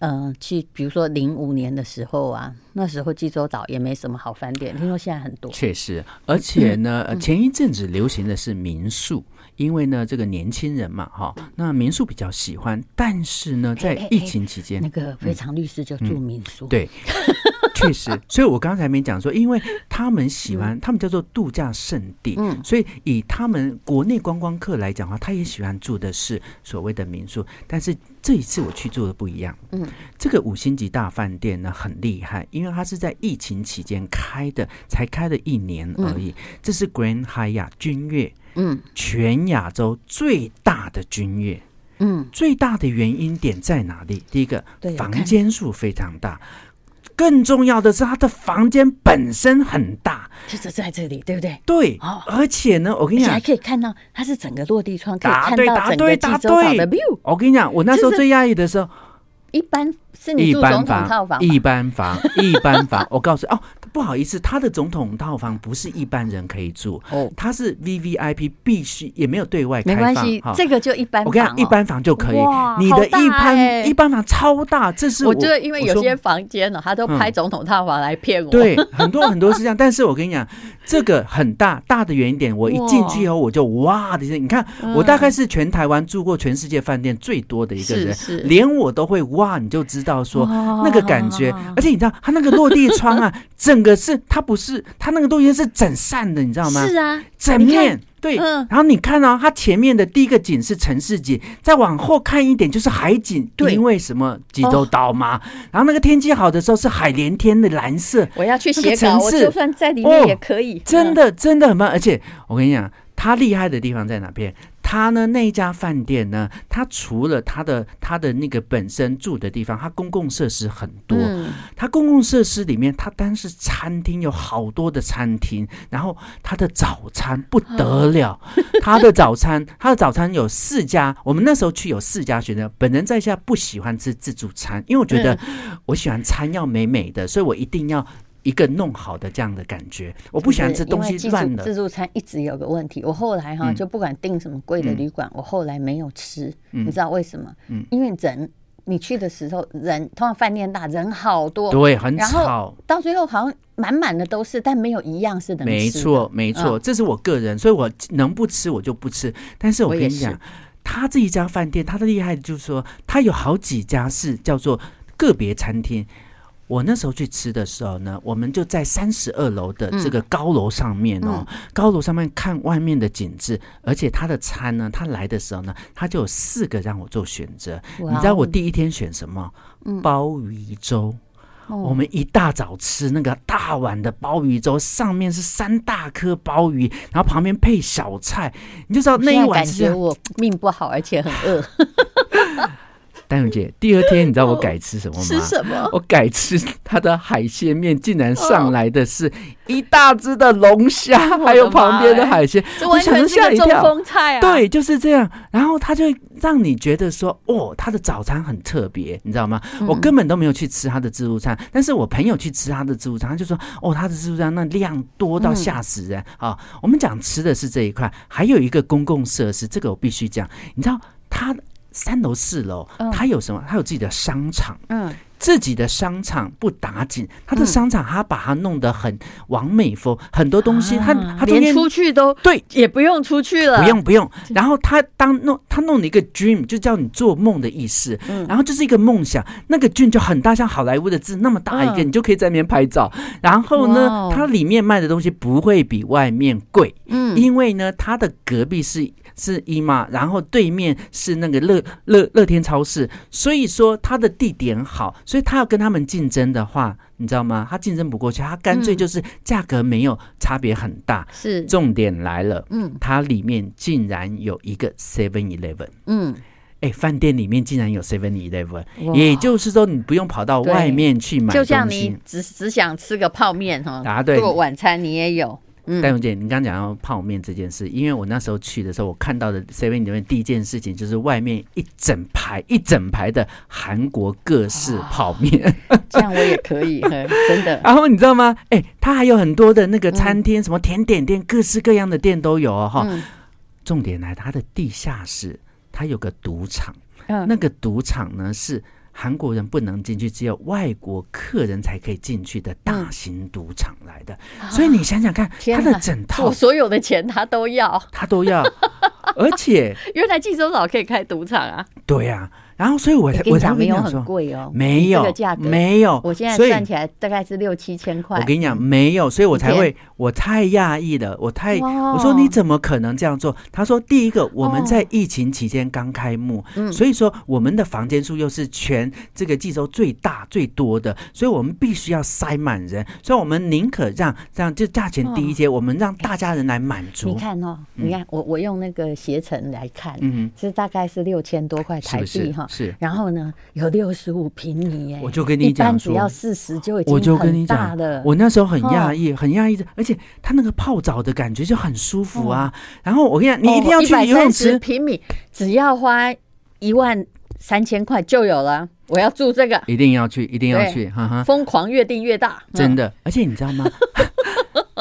Speaker 1: 嗯，去比如说零五年的时候啊，那时候济州岛也没什么好饭店，听说现在很多。
Speaker 2: 确实，而且
Speaker 1: 嗯
Speaker 2: 呢，呃前一阵子流行的是民宿，因为呢，这个年轻人嘛，哈，那民宿比较喜欢。但是呢，在
Speaker 1: 嗯嘿嘿
Speaker 2: 疫情期间
Speaker 1: 那，个非常律师就住民宿，
Speaker 2: 嗯对，确实，所以我刚才没讲说，因为他们喜欢，他们叫做度假胜地，
Speaker 1: 嗯
Speaker 2: 所以以他们国内观光客来讲的话，他也喜欢住的是所谓的民宿。但是这一次我去住的不一样，
Speaker 1: 嗯，
Speaker 2: 这个五星级大饭店呢很厉害，因为它是在疫情期间开的，才开了一年而已。这是 Grand Hyatt 君悦，
Speaker 1: 嗯
Speaker 2: 全亚洲最大的君悦。
Speaker 1: 嗯，
Speaker 2: 最大的原因点在哪里？第一个
Speaker 1: 对，我
Speaker 2: 房
Speaker 1: 看
Speaker 2: 间数非常大，更重要的是它的房间本身很大，
Speaker 1: 就是在这里，对不对？
Speaker 2: 对，
Speaker 1: 哦
Speaker 2: 而且呢，我跟
Speaker 1: 而
Speaker 2: 你
Speaker 1: 且
Speaker 2: 讲
Speaker 1: 还，可以看到，它是整个落地窗，可以
Speaker 2: 啊答
Speaker 1: 看
Speaker 2: 对
Speaker 1: 到
Speaker 2: 答
Speaker 1: 整个
Speaker 2: 对
Speaker 1: 济
Speaker 2: 答
Speaker 1: 州岛
Speaker 2: 对
Speaker 1: 的 view。
Speaker 2: 我跟你讲，我那时候
Speaker 1: 就是
Speaker 2: 最压抑的时候，
Speaker 1: 一般是你
Speaker 2: 一
Speaker 1: 住总
Speaker 2: 般
Speaker 1: 统套房吧，
Speaker 2: 房，一般房， 一般房，我告诉你哦，不好意思，他的总统套房不是一般人可以住，
Speaker 1: 哦，
Speaker 2: 他是 V V I P，必须也没有对外
Speaker 1: 没
Speaker 2: 开
Speaker 1: 关
Speaker 2: 放
Speaker 1: 系
Speaker 2: 哈，
Speaker 1: 这个就一般
Speaker 2: 我跟你
Speaker 1: 房
Speaker 2: 讲，
Speaker 1: 哦
Speaker 2: 一般房就可以
Speaker 1: 哇，
Speaker 2: 你
Speaker 1: 好
Speaker 2: 的
Speaker 1: 大
Speaker 2: 一
Speaker 1: 欸
Speaker 2: 般一般房超大，这是
Speaker 1: 我觉得，因为
Speaker 2: 我
Speaker 1: 有
Speaker 2: 说
Speaker 1: 些房间哦呢、他都拍
Speaker 2: 嗯
Speaker 1: 总统套房来骗我。
Speaker 2: 对，很多很多是这样，但是我跟你讲，这个很大大的原因点，我一进去以后我就哇的一声，你看
Speaker 1: 嗯
Speaker 2: 我大概是全台湾住过全世界饭店最多的一个人，
Speaker 1: 是是
Speaker 2: 连我都会哇，你就知道说
Speaker 1: 哇
Speaker 2: 那个感觉，而且你知道它那个落地窗 啊，整个是它不是它那个落地窗是整扇的，你知道吗？
Speaker 1: 是啊，
Speaker 2: 整面。对，
Speaker 1: 嗯
Speaker 2: 然后你看哦，它前面的第一个景是城市景，再往后看一点就是海景，
Speaker 1: 对哦
Speaker 2: 因为什么济州岛嘛。然后那个天气好的时候是海连天的蓝色，
Speaker 1: 我要去
Speaker 2: 那
Speaker 1: 写
Speaker 2: 个
Speaker 1: 稿，
Speaker 2: 层
Speaker 1: 我
Speaker 2: 次
Speaker 1: 就算在里面
Speaker 2: 哦
Speaker 1: 也可以。
Speaker 2: 真
Speaker 1: 嗯，
Speaker 2: 的真的很棒。而且我跟你讲，他厉害的地方在哪边？他呢那一家饭店呢，他除了他的他的那个本身住的地方，他公共设施很多。
Speaker 1: 嗯
Speaker 2: 它公共设施里面，它单是餐厅有好多的餐厅，然后它的早餐不得了， 它的早餐，它的早餐有四家，我们那时候去有四家选择。本人在下不喜欢吃自助餐，因为我觉得
Speaker 1: 嗯
Speaker 2: 我喜欢餐要美美的，所以我一定要。一个弄好的这样的感觉，我不喜欢吃东
Speaker 1: 因为
Speaker 2: 西
Speaker 1: 自助
Speaker 2: 乱的
Speaker 1: 自。助餐一直有个问题，我后来哈、
Speaker 2: 嗯
Speaker 1: 就不管订什么贵的旅馆，我后来没有吃，你知道为什么？
Speaker 2: 嗯
Speaker 1: 因为人你去的时候人通常饭店大，人好多，
Speaker 2: 对，很
Speaker 1: 然后
Speaker 2: 吵。
Speaker 1: 到最后好像满满的都是，但没有一样是能吃的。嗯
Speaker 2: 没错，没错，这是我个人，所以我能不吃我就不吃。但是我
Speaker 1: 我
Speaker 2: 跟
Speaker 1: 也
Speaker 2: 你讲，他这一家饭店，他的厉害就是说，他有好几家是叫做个别餐厅。我那时候去吃的时候呢，我们就在三十二楼的
Speaker 1: 嗯
Speaker 2: 这个高楼上面哦，高楼上面看外面的景致，而且他的餐呢，他来的时候呢，他就有四个让我做选择。
Speaker 1: 哇哦
Speaker 2: 你知道我第一天选什么？
Speaker 1: 嗯
Speaker 2: 鲍鱼粥。
Speaker 1: 哦
Speaker 2: 我们一大早吃那个大碗的鲍鱼粥，上面是三大颗鲍鱼，然后旁边配小菜，你就知道那一
Speaker 1: 现在
Speaker 2: 碗
Speaker 1: 感
Speaker 2: 是
Speaker 1: 觉。我命不好，而且很 饿，
Speaker 2: 丹如姐，第二天你知道我改 吃什么吗？
Speaker 1: 吃什么？
Speaker 2: 我改吃它的海鲜面，竟然
Speaker 1: 哦
Speaker 2: 上来的是一大只的龙虾，还有旁边的海鲜，
Speaker 1: 哎这
Speaker 2: 我
Speaker 1: 完
Speaker 2: 想
Speaker 1: 全
Speaker 2: 都
Speaker 1: 是
Speaker 2: 吓
Speaker 1: 个
Speaker 2: 一
Speaker 1: 中
Speaker 2: 跳。
Speaker 1: 风菜啊！，
Speaker 2: 对，就是这样。然后他就让你觉得说，哦，他的早餐很特别，你知道吗？
Speaker 1: 嗯
Speaker 2: 我根本都没有去吃他的自助餐，但是我朋友去吃他的自助餐，他就说，哦，他的自助餐那量多到吓死人
Speaker 1: 嗯
Speaker 2: 啊、我们讲吃的是这一块，还有一个公共设施，这个我必须讲。你知道他三楼四楼
Speaker 1: 嗯，
Speaker 2: 他有什么？他有自己的商场。
Speaker 1: 嗯，
Speaker 2: 自己的商场不打紧，他的
Speaker 1: 嗯
Speaker 2: 商场他把它弄得很完美风，很多东西他他中
Speaker 1: 啊连
Speaker 2: 间
Speaker 1: 出去都
Speaker 2: 对
Speaker 1: 也不用出去了，
Speaker 2: 不用不用。然后他当弄他弄了一个 dream，就叫你做梦的意思，
Speaker 1: 嗯
Speaker 2: 然后就是一个梦想，那个 dream 就很大，像好莱坞的字那么大一个，
Speaker 1: 嗯
Speaker 2: 你就可以在那边拍照。然后呢，
Speaker 1: 哇哦
Speaker 2: 它里面卖的东西不会比外面贵，
Speaker 1: 嗯
Speaker 2: 因为呢，它的隔壁是。是伊玛，然后对面是那个乐乐乐天超市，所以说它的地点好，所以他要跟他们竞争的话，你知道吗？他竞争不过去，他干
Speaker 1: 嗯
Speaker 2: 脆就是价格没有差别很大，
Speaker 1: 是，
Speaker 2: 重点来了，
Speaker 1: 嗯
Speaker 2: 嗯，它里面竟然有一个 Seven Eleven。
Speaker 1: 嗯，
Speaker 2: 哎，饭店里面竟然有 Seven Eleven，
Speaker 1: 哇
Speaker 2: 也就是说你不用跑到
Speaker 1: 对
Speaker 2: 外面去买
Speaker 1: 就像
Speaker 2: 东
Speaker 1: 你
Speaker 2: 西。
Speaker 1: 只只想吃个泡面哈，
Speaker 2: 答对
Speaker 1: 做晚餐你也 有，嗯
Speaker 2: 戴荣姐，你刚讲到泡面这件事，因为我那时候去的时候，我看到的 Seven Eleven 第一件事情就是外面一整排一整排的韩国各式
Speaker 1: 啊
Speaker 2: 泡面。
Speaker 1: 这样我也可以，呵真的。
Speaker 2: 然后你知道吗？哎、它还有很多的那个餐厅，什么甜点店，各式各样的店都有哦。哈、
Speaker 1: 嗯嗯
Speaker 2: 重点来，它的地下室，它有个赌场，
Speaker 1: 嗯
Speaker 2: 那个赌场呢是韩国人不能进去，只有外国客人才可以进去的大型赌场来的。所以你想想看，
Speaker 1: 啊天
Speaker 2: 它的
Speaker 1: 哪
Speaker 2: 整套
Speaker 1: 我所有的钱他都要。
Speaker 2: 它 都要，而且
Speaker 1: 原来济州岛可以开赌场啊！
Speaker 2: 对呀、然后所以我才
Speaker 1: 跟
Speaker 2: 我
Speaker 1: 你
Speaker 2: 才
Speaker 1: 讲，
Speaker 2: 会
Speaker 1: 没
Speaker 2: 跟你
Speaker 1: 有
Speaker 2: 讲
Speaker 1: 很
Speaker 2: 说。
Speaker 1: 贵哦，
Speaker 2: 没有
Speaker 1: 这个价格
Speaker 2: 没有，
Speaker 1: 我现在
Speaker 2: 所以
Speaker 1: 算起来大概是六七千块。
Speaker 2: 我跟你讲，没有，所以我才
Speaker 1: 一
Speaker 2: 会，我太讶异了，我太，
Speaker 1: 哇
Speaker 2: 我说你怎么可能这样做？他说，第一个，我们在疫情期间刚开幕，
Speaker 1: 嗯
Speaker 2: 所以说我们的房间数又是全这个济州最大最多的，所以我们必须要塞满人，所以我们宁可让这样就价钱低一些，我们让大家人来满
Speaker 1: 你
Speaker 2: 足。
Speaker 1: 看哦，你看我我用那个携程来看，
Speaker 2: 嗯，
Speaker 1: 是大概是六千多块
Speaker 2: 是
Speaker 1: 台
Speaker 2: 不
Speaker 1: 币
Speaker 2: 是
Speaker 1: 哈？。
Speaker 2: 是，
Speaker 1: 然后呢，有六十五平米耶，
Speaker 2: 我就跟你
Speaker 1: 一般
Speaker 2: 讲
Speaker 1: 只要
Speaker 2: 说。
Speaker 1: 四十就已
Speaker 2: 我就
Speaker 1: 经
Speaker 2: 跟
Speaker 1: 很
Speaker 2: 你
Speaker 1: 大
Speaker 2: 讲
Speaker 1: 了。，
Speaker 2: 我那时候很
Speaker 1: 哦
Speaker 2: 讶异，很讶异的，而且他那个泡澡的感觉就很舒服啊。
Speaker 1: 嗯
Speaker 2: 然后我跟你
Speaker 1: 哦
Speaker 2: 讲，你一定要去游泳池，
Speaker 1: 130平米，只要花一万三千块就有了。我要住这个，
Speaker 2: 一定要去，一定要
Speaker 1: 对嗯
Speaker 2: 去，哈哈，
Speaker 1: 疯狂越订越大，
Speaker 2: 真
Speaker 1: 的。
Speaker 2: 的。而且你知道吗？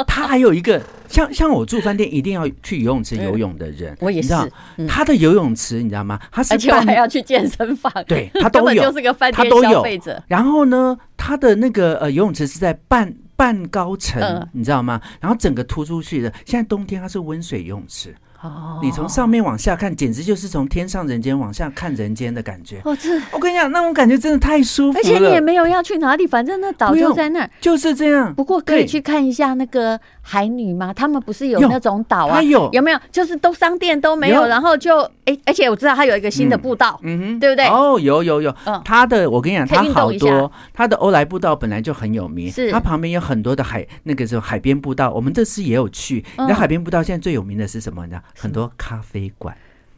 Speaker 2: 他还有一个像像我住饭店一定要去游泳池游泳的人，
Speaker 1: 嗯我也
Speaker 2: 你知道
Speaker 1: 是嗯
Speaker 2: 他的游泳池你知道吗？他是
Speaker 1: 而且我还
Speaker 2: 半，
Speaker 1: 要去健身房，
Speaker 2: 对他
Speaker 1: 根
Speaker 2: 都
Speaker 1: 本就
Speaker 2: 有。
Speaker 1: 是个饭
Speaker 2: 他
Speaker 1: 店
Speaker 2: 都
Speaker 1: 消
Speaker 2: 有
Speaker 1: 费者。
Speaker 2: 然后呢，他的那个呃游泳池是在半半高层，
Speaker 1: 嗯
Speaker 2: 你知道吗？然后整个突出去的。现在冬天它是温水游泳池，
Speaker 1: 哦
Speaker 2: 你从上面往下看，简直就是从天上人间往下看人间的感觉。
Speaker 1: 哦这，
Speaker 2: 我跟你讲，那种感觉真的太舒服
Speaker 1: 而且你也
Speaker 2: 了，
Speaker 1: 没有要去哪里，反正那岛
Speaker 2: 不
Speaker 1: 就
Speaker 2: 用
Speaker 1: 在那儿。
Speaker 2: 就是这样。
Speaker 1: 不过可以
Speaker 2: 对
Speaker 1: 去看一下那个海女吗？他们不是有
Speaker 2: 有
Speaker 1: 那种岛啊？
Speaker 2: 它有
Speaker 1: 有没有？就是都商店都没有，
Speaker 2: 有
Speaker 1: 然后就哎、而且我知道它有一个新的步道，
Speaker 2: 嗯哼，
Speaker 1: 对不对
Speaker 2: 哦，有有有
Speaker 1: 嗯，
Speaker 2: 它的我跟你讲，
Speaker 1: 可以
Speaker 2: 它
Speaker 1: 运动
Speaker 2: 好
Speaker 1: 一
Speaker 2: 多，它的欧莱步道本来就很有名，
Speaker 1: 是
Speaker 2: 它旁边有很多的海，那个时候海边步道，我们这次也有去。你知道
Speaker 1: 嗯
Speaker 2: 海边步道现在最有名的是什么？你知道很多咖啡馆。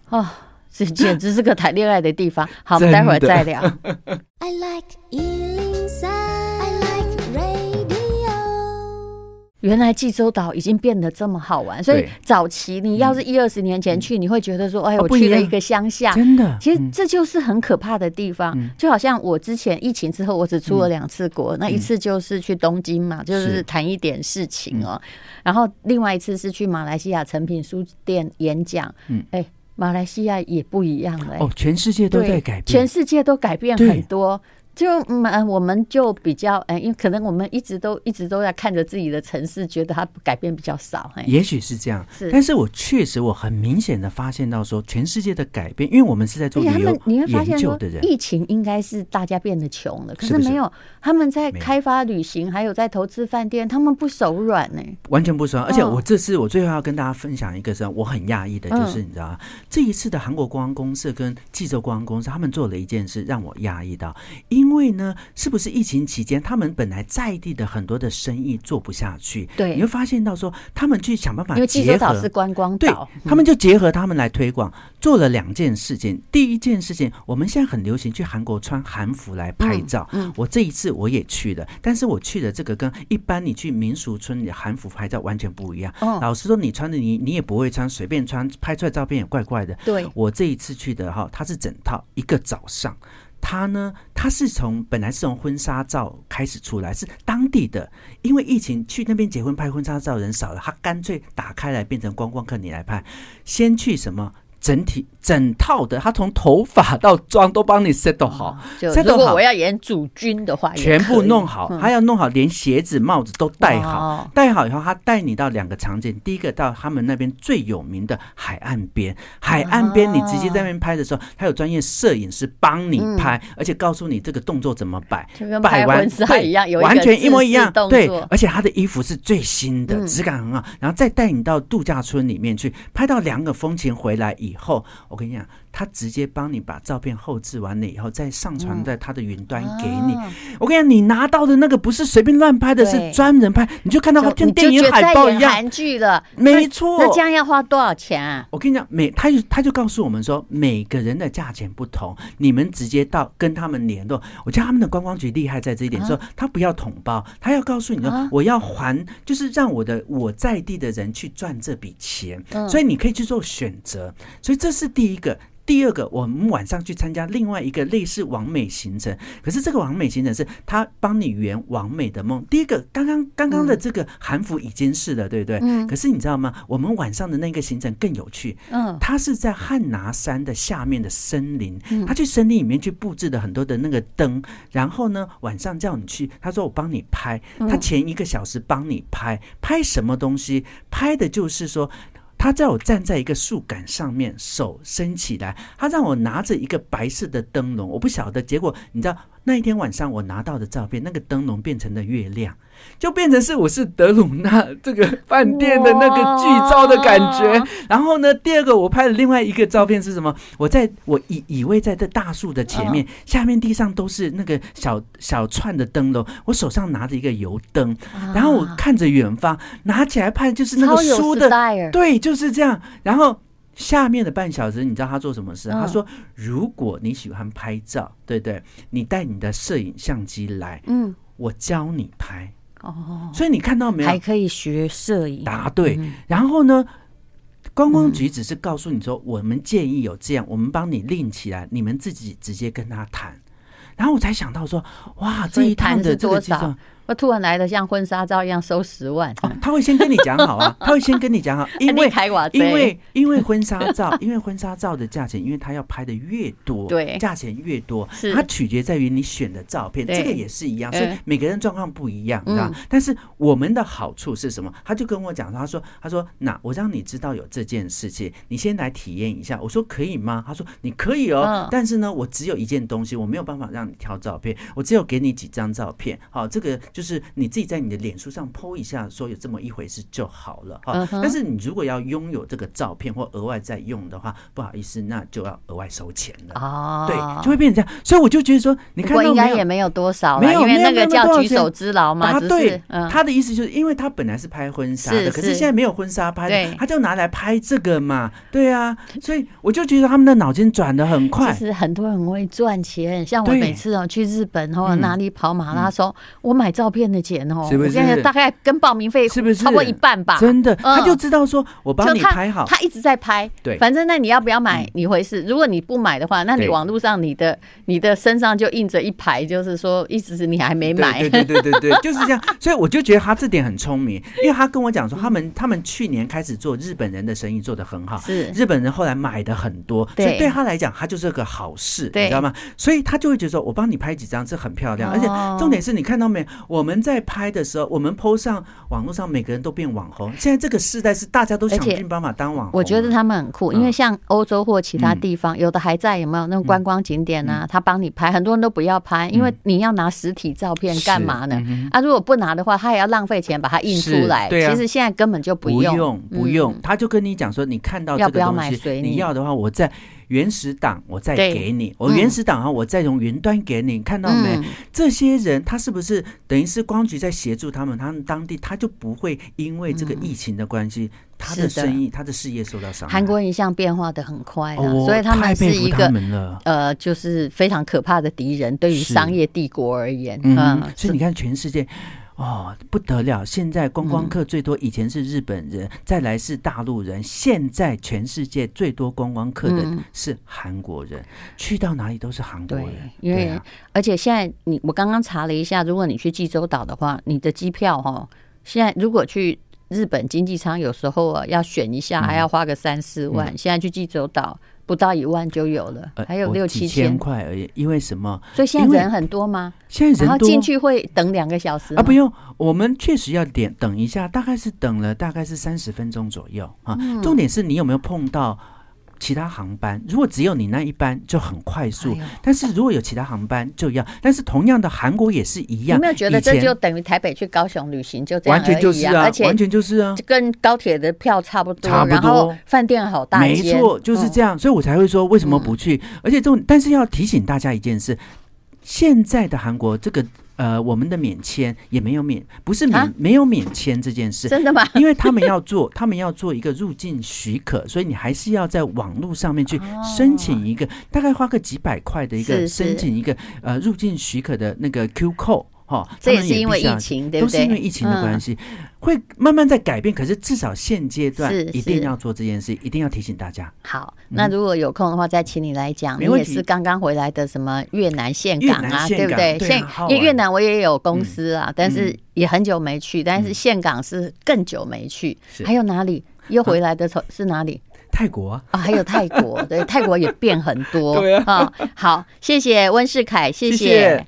Speaker 1: 哦，这简直是个谈恋爱的地方。好，我
Speaker 2: 真
Speaker 1: 们
Speaker 2: 的
Speaker 1: 待会儿再聊。
Speaker 3: I like Ealing Sound. I like radio.
Speaker 1: 原来济州岛已经变得这么好玩，所以
Speaker 2: 对
Speaker 1: 早期你要是一二十年前去，你会觉得说，哎，
Speaker 2: 啊
Speaker 1: 我
Speaker 2: 不一
Speaker 1: 去了
Speaker 2: 样
Speaker 1: 一个乡下。
Speaker 2: 真的，
Speaker 1: 其实
Speaker 2: 嗯
Speaker 1: 这就是很可怕的地方，
Speaker 2: 嗯
Speaker 1: 就好像我之前疫情之后，我只出了两次国，那一次就是去东京嘛，就是
Speaker 2: 是嗯
Speaker 1: 谈一点事情哦，然后另外一次是去马来西亚诚品书店演讲，嗯
Speaker 2: 嗯，
Speaker 1: 哎、马来西亚也不一样了、哎
Speaker 2: 哦，全世界都
Speaker 1: 对
Speaker 2: 在改变
Speaker 1: 全，世界都改变很多。就嗯、呃我们就比较哎、因为可能我们一直都一直都在看着自己的城市，觉得它改变比较少。哎、
Speaker 2: 也许是这样
Speaker 1: 是。
Speaker 2: 但是我确实，我很明显的发现到说，全世界的改变，因为我们是在
Speaker 1: 而
Speaker 2: 做
Speaker 1: 且他
Speaker 2: 旅
Speaker 1: 们
Speaker 2: 游
Speaker 1: 哎你会发
Speaker 2: 研
Speaker 1: 现
Speaker 2: 究
Speaker 1: 说
Speaker 2: 的，人，
Speaker 1: 疫情应该是大家变得穷了，可
Speaker 2: 是
Speaker 1: 是
Speaker 2: 不是
Speaker 1: 没有他们在
Speaker 2: 没有
Speaker 1: 开发旅行，还有在投资饭店，他们不哎手软呢、
Speaker 2: 完全不爽。而且
Speaker 1: 嗯
Speaker 2: 我这次我最后要跟大家分享一个是我很讶异的，就是你知道吗？这一次的韩国观光公社跟济州观光公社，他们做了一件事让我讶异到，因为呢，是不是疫情期间他们本来在地的很多的生意做不下去，
Speaker 1: 对
Speaker 2: 你会发现到说他们去想办法
Speaker 1: 因为济州
Speaker 2: 结
Speaker 1: 岛
Speaker 2: 合
Speaker 1: 是。观光
Speaker 2: 对
Speaker 1: 岛，
Speaker 2: 他们就啊结合他们来推广，做了两件事情。第一件事情，我们现在很流行去韩国穿韩服来拍照。我这一次我也去了，但是我去的这个跟一般你去民俗村的韩服拍照完全不一样。
Speaker 1: 嗯
Speaker 2: 老实说，你穿的你你也不会穿，随便穿拍出来照片也怪怪的。
Speaker 1: 对
Speaker 2: 我这一次去的哈，它是整套一个早上。它呢，它是从本来是从婚纱照开始出来，是当地的，因为疫情去那边结婚拍婚纱照人少了，他干脆打开来变成观光客你来拍，先去什么整体整套的，他从头发到妆都帮你 set 好，
Speaker 1: 哦就
Speaker 2: set
Speaker 1: 如果
Speaker 2: 好
Speaker 1: 我要演主君的话，也
Speaker 2: 全部
Speaker 1: 可以
Speaker 2: 弄好，他要弄好，连鞋子、帽子都戴
Speaker 1: 哇哦
Speaker 2: 好。戴好以后，他带你到两个场景，第一个到他们那边最有名的海岸边，海岸
Speaker 1: 啊
Speaker 2: 边你直接在那边拍的时候，他有专业摄影师帮你拍，
Speaker 1: 嗯
Speaker 2: 而且告诉你这个动作怎么摆。
Speaker 1: 就跟
Speaker 2: 摆
Speaker 1: 拍
Speaker 2: 完
Speaker 1: 婚纱
Speaker 2: 对
Speaker 1: 一样，有一个
Speaker 2: 完全一模一样
Speaker 1: 自制动，
Speaker 2: 对
Speaker 1: 作，
Speaker 2: 而且他的衣服是最新的，
Speaker 1: 嗯
Speaker 2: 质感很好，然后再带你到度假村里面去，拍到两个风情回来以后，我跟你讲，他直接帮你把照片后置完了以后，再上传在他的云端给你。
Speaker 1: 嗯啊
Speaker 2: 我跟你讲，你拿到的那个不是随便乱拍的，
Speaker 1: 对
Speaker 2: 是专人拍，你就看到
Speaker 1: 就
Speaker 2: 它
Speaker 1: 你
Speaker 2: 像
Speaker 1: 就
Speaker 2: 电影
Speaker 1: 觉得在
Speaker 2: 海报
Speaker 1: 演
Speaker 2: 一样。
Speaker 1: 韩剧了，
Speaker 2: 没
Speaker 1: 那
Speaker 2: 错
Speaker 1: 那这样要花多少钱啊？
Speaker 2: 我跟你讲，每他就他就告诉我们说，每个人的价钱不同，你们直接到跟他们联络。我觉得他们的观光局厉害在这一点，说他不要统包，他要告诉你
Speaker 1: 啊
Speaker 2: 说，我要还，就是让我的我
Speaker 1: 嗯
Speaker 2: 在地的人去赚这笔钱，所以你可以去做选择。所以这是第一个。第二个，我们晚上去参加另外一个类似完美行程，可是这个完美行程是他帮你圆完美的梦。第一个，刚刚刚刚的这个韩服已经是了，对不对？
Speaker 1: 嗯
Speaker 2: 可是你知道吗？我们晚上的那个行程更有趣，
Speaker 1: 嗯
Speaker 2: 它是在汉拿山的下面的森林
Speaker 1: 嗯，
Speaker 2: 他去森林里面去布置了很多的那个灯，然后呢，晚上叫你去，他说我帮你拍，他
Speaker 1: 嗯
Speaker 2: 前一个小时帮你拍，拍什么东西？拍的就是说。他叫我站在一个树杆上面，手伸起来。他让我拿着一个白色的灯笼，我不晓得。结果你知道，那一天晚上我拿到的照片，那个灯笼变成了月亮， 就变成是我是德鲁纳这个饭店的那个剧照的感觉
Speaker 1: 哇。
Speaker 2: 然后呢，第二个我拍的另外一个照片是什么？我在我以以为在这大树的前面，下面地上都是那个小小串的灯笼，我手上拿着一个油灯，然后我
Speaker 1: 啊
Speaker 2: 看着远方，拿起来拍就是那个
Speaker 1: 嗯超有
Speaker 2: 书的
Speaker 1: style
Speaker 2: 对，就是这样。然后下面的半小时，你知道他做什么事？
Speaker 1: 嗯
Speaker 2: 他说，如果你喜欢拍照，对不对，你带你的摄影相机来，
Speaker 1: 嗯
Speaker 2: 我教你拍。
Speaker 1: 哦，
Speaker 2: 所以你看到没
Speaker 4: 还
Speaker 2: 有？
Speaker 4: 可以学摄影，
Speaker 2: 答对。
Speaker 4: 嗯
Speaker 2: 然后呢？观光局只是告诉你说，我们建议有这样，我们帮你拎起来，你们自己直接跟他谈。然后我才想到说，哇，这
Speaker 1: 所以
Speaker 2: 一趟
Speaker 1: 谈
Speaker 2: 的
Speaker 1: 是
Speaker 2: 这个
Speaker 1: 多
Speaker 2: 计算
Speaker 1: 少，？我突然来的像婚纱照一样收十万，哎
Speaker 2: 哦，他会先跟你讲好啊，他会先跟你 讲好，因
Speaker 1: 你
Speaker 2: 为
Speaker 1: 开瓦
Speaker 2: 因为因为婚纱照， 因为婚纱照的价钱，因为它要拍的越多，
Speaker 1: 对
Speaker 2: 价钱越多
Speaker 1: 是，
Speaker 2: 它取决在于你选的照片，
Speaker 1: 对
Speaker 2: 这个也是一样，所以
Speaker 1: 嗯
Speaker 2: 每个人状况不一样，你知道吗？但是我们的好处是什么？他就跟我讲，他说，他说，那我让你知道有这件事情，你先来体验一下。我说可以吗？他说你可以哦
Speaker 1: 嗯，
Speaker 2: 但是呢，我只有一件东西，我没有办法让你挑照片，我只有给你几张照片。好，这个就是你自己在你的脸书上 PO 一下，说有这么一回事就好了。哈
Speaker 1: 嗯，哼
Speaker 2: 但是你如果要拥有这个照片或额外再用的话，不好意思，那就要额外收钱了。
Speaker 1: 哦，
Speaker 2: 对，就会变成这样。所以我就觉得说，你
Speaker 1: 不
Speaker 2: 看
Speaker 1: 过
Speaker 2: 到
Speaker 1: 应
Speaker 2: 没
Speaker 1: 该
Speaker 2: 有
Speaker 1: 也？没有多少
Speaker 2: 没
Speaker 1: 了，
Speaker 2: 有
Speaker 1: 因为
Speaker 2: 没有
Speaker 1: 那
Speaker 2: 没有
Speaker 1: 个
Speaker 2: 多少
Speaker 1: 叫举
Speaker 2: 钱
Speaker 1: 手之劳嘛，
Speaker 2: 答
Speaker 1: 只
Speaker 2: 对
Speaker 1: 是，嗯，
Speaker 2: 他的意思就是，因为他本来是拍婚纱的，
Speaker 1: 是
Speaker 2: 可是
Speaker 1: 是
Speaker 2: 现在没有婚纱拍的
Speaker 1: 对，
Speaker 2: 他就拿来拍这个嘛，对啊，所以我就觉得他们的脑筋转得很快
Speaker 1: 其，实很多人很会赚钱，像我
Speaker 2: 对
Speaker 1: 每次哦去日本或
Speaker 2: 嗯
Speaker 1: 哪里跑马拉松，我买照片的钱哦，
Speaker 2: 是不是
Speaker 1: 我跟你大概跟报名费
Speaker 2: 是不是
Speaker 1: 超过一半吧？
Speaker 2: 真的，
Speaker 1: 嗯
Speaker 2: 他就知道说我帮
Speaker 1: 就
Speaker 2: 你
Speaker 1: 他
Speaker 2: 拍好，
Speaker 1: 他一直在拍，
Speaker 2: 对嗯
Speaker 1: 反正那你要不要买你回事。如果你不买的话，那你
Speaker 2: 对
Speaker 1: 网络上你的你的身上就印着一排，就是说意思是你还没买
Speaker 2: 对，对对对对对，就是这样。所以我就觉得他这点很聪明，
Speaker 1: 嗯
Speaker 2: 因为他跟我讲说，他们他们去年开始做日本人的生意，做得很好。
Speaker 1: 是
Speaker 2: 日本人后来买的很多，所
Speaker 1: 对
Speaker 2: 以对他来讲，他就是个好事，
Speaker 1: 对
Speaker 2: 你知道吗？所以他就会觉得说，我帮你拍几张，这很漂亮。
Speaker 1: 哦
Speaker 2: 而且重点是你看到没？我们在拍的时候，我们 PO 上网络上，每个人都变网红。现在这个时代是大家都想
Speaker 1: 而且
Speaker 2: 尽办法当网红 了。啊
Speaker 1: 我觉得他们很酷，因为
Speaker 2: 嗯
Speaker 1: 像欧洲或其他地方，有的还在有没有那种观光景点啊？
Speaker 2: 嗯
Speaker 1: 他帮你拍，很多人都不要拍，因为你要拿实体照片干嘛呢
Speaker 2: 是嗯？哼
Speaker 1: 啊，如果不拿的话，他也要浪费钱把它印出来。
Speaker 2: 是对啊
Speaker 1: 其实现在根本就不
Speaker 2: 不
Speaker 1: 用，嗯
Speaker 2: 用，不用，他就跟你讲说，你看到这
Speaker 1: 要
Speaker 2: 个
Speaker 1: 不要
Speaker 2: 东
Speaker 1: 买
Speaker 2: 西，
Speaker 1: 随
Speaker 2: 你
Speaker 1: 你
Speaker 2: 要的话，我在原始档我再
Speaker 1: 对
Speaker 2: 给你，我
Speaker 1: 嗯
Speaker 2: 原始档哈，我再从云端给你，你看到没？
Speaker 1: 嗯
Speaker 2: 这些人他是不是等于是光局在协助他们？他们当地他就不会因为这个疫情的关系，他的
Speaker 1: 嗯是的
Speaker 2: 生意、他的事业受到伤害。
Speaker 1: 韩国一向变化的很快啦，
Speaker 2: 哦，
Speaker 1: 所以他
Speaker 2: 太
Speaker 1: 们是
Speaker 2: 佩服
Speaker 1: 一
Speaker 2: 他
Speaker 1: 个。
Speaker 2: 们了。
Speaker 1: 呃，就是非常可怕的敌人，对于
Speaker 2: 是
Speaker 1: 商业帝国而言，
Speaker 2: 嗯，所以
Speaker 1: 是
Speaker 2: 你看全世界。哦，不得了！现在观
Speaker 1: 嗯
Speaker 2: 光客最多，以前是日本人，再来是大陆人，现在全世界最多观光客的
Speaker 1: 嗯
Speaker 2: 是韩国人，去到哪里都是韩国
Speaker 1: 对
Speaker 2: 人，，
Speaker 1: 因
Speaker 2: 对
Speaker 1: 为、
Speaker 2: 啊
Speaker 1: 而且现在你我刚刚查了一下，如果你去济州岛的话，你的机票哈，现在如果去日本经济舱，有时候啊要选一
Speaker 2: 嗯
Speaker 1: 下，还要花个三四万。现在去济州岛不到一万就有了，
Speaker 2: 呃
Speaker 1: 还有
Speaker 2: 我
Speaker 1: 六
Speaker 2: 几
Speaker 1: 七
Speaker 2: 千
Speaker 1: 千，
Speaker 2: 块而已。因为什么？
Speaker 1: 所以现
Speaker 2: 因为
Speaker 1: 在人很多吗？
Speaker 2: 现在
Speaker 1: 然后
Speaker 2: 人多
Speaker 1: 进去会等两个小时
Speaker 2: 啊，
Speaker 1: 吗
Speaker 2: 不用，我们确实要点等一下，大概是等了大概是三十分钟左右啊。
Speaker 1: 嗯
Speaker 2: 重点是你有没有碰到其他航班？如果只有你那一班，就很快速。
Speaker 1: 哎呦
Speaker 2: 但是如果有其他航班就要，但是同样的韩国也是一
Speaker 1: 有
Speaker 2: 样。
Speaker 1: 没有觉得
Speaker 2: 以前
Speaker 1: 这就等于台北去高雄旅行就这样
Speaker 2: 完
Speaker 1: 而已啊
Speaker 2: 全就是
Speaker 1: 而且
Speaker 2: 完全就是啊，
Speaker 1: 跟高铁的票差不多，
Speaker 2: 差不多
Speaker 1: 然后饭店好大
Speaker 2: 没
Speaker 1: 间，嗯
Speaker 2: 错，就是这样，所以我才会说为什么不去。而且这种，但是要提醒大家一件事：现在的韩国这个呃，我们的免签也没有免，不是免、
Speaker 1: 啊
Speaker 2: 没有免签这件事
Speaker 1: 嗯。真 的吗？
Speaker 2: 因为他们要做，他们要做一个入境许可，所以你还是要在网络上面去申请一个，大概花个几百块的一
Speaker 1: 哦是
Speaker 2: 个
Speaker 1: 是
Speaker 2: 申请一个呃入境许可的那个 Q code。哈，
Speaker 1: 这
Speaker 2: 他
Speaker 1: 也
Speaker 2: 们
Speaker 1: 是因为
Speaker 2: 必须要
Speaker 1: 疫情，对
Speaker 2: 都
Speaker 1: 不
Speaker 2: 是
Speaker 1: 对？嗯
Speaker 2: 因为疫情的关
Speaker 1: 系，
Speaker 2: 系，会慢慢在改变。可是至少现阶段
Speaker 1: 是
Speaker 2: 一定
Speaker 1: 是
Speaker 2: 要做这件事，一定要提醒大家。
Speaker 1: 嗯好，那如果有空的话，再请你来讲。
Speaker 2: 嗯没
Speaker 1: 你
Speaker 2: 问
Speaker 1: 也
Speaker 2: 题
Speaker 1: 是刚刚回来的什么越南岘
Speaker 2: 越
Speaker 1: 港
Speaker 2: 南
Speaker 1: 啊，
Speaker 2: 岘
Speaker 1: 对不
Speaker 2: 港
Speaker 1: 对？
Speaker 2: 对啊
Speaker 1: 岘因
Speaker 2: 好
Speaker 1: 为
Speaker 2: 玩
Speaker 1: 越南我也有公司啊，但是
Speaker 2: 嗯
Speaker 1: 也很久没去，但是岘港是更久没去。
Speaker 2: 是啊
Speaker 1: 还有哪里又回来的从是哪里？
Speaker 2: 泰国啊，
Speaker 1: 啊，还有 泰国，对，泰国也变很多。
Speaker 2: 对啊
Speaker 1: 好，谢谢温世凯，谢
Speaker 2: 谢谢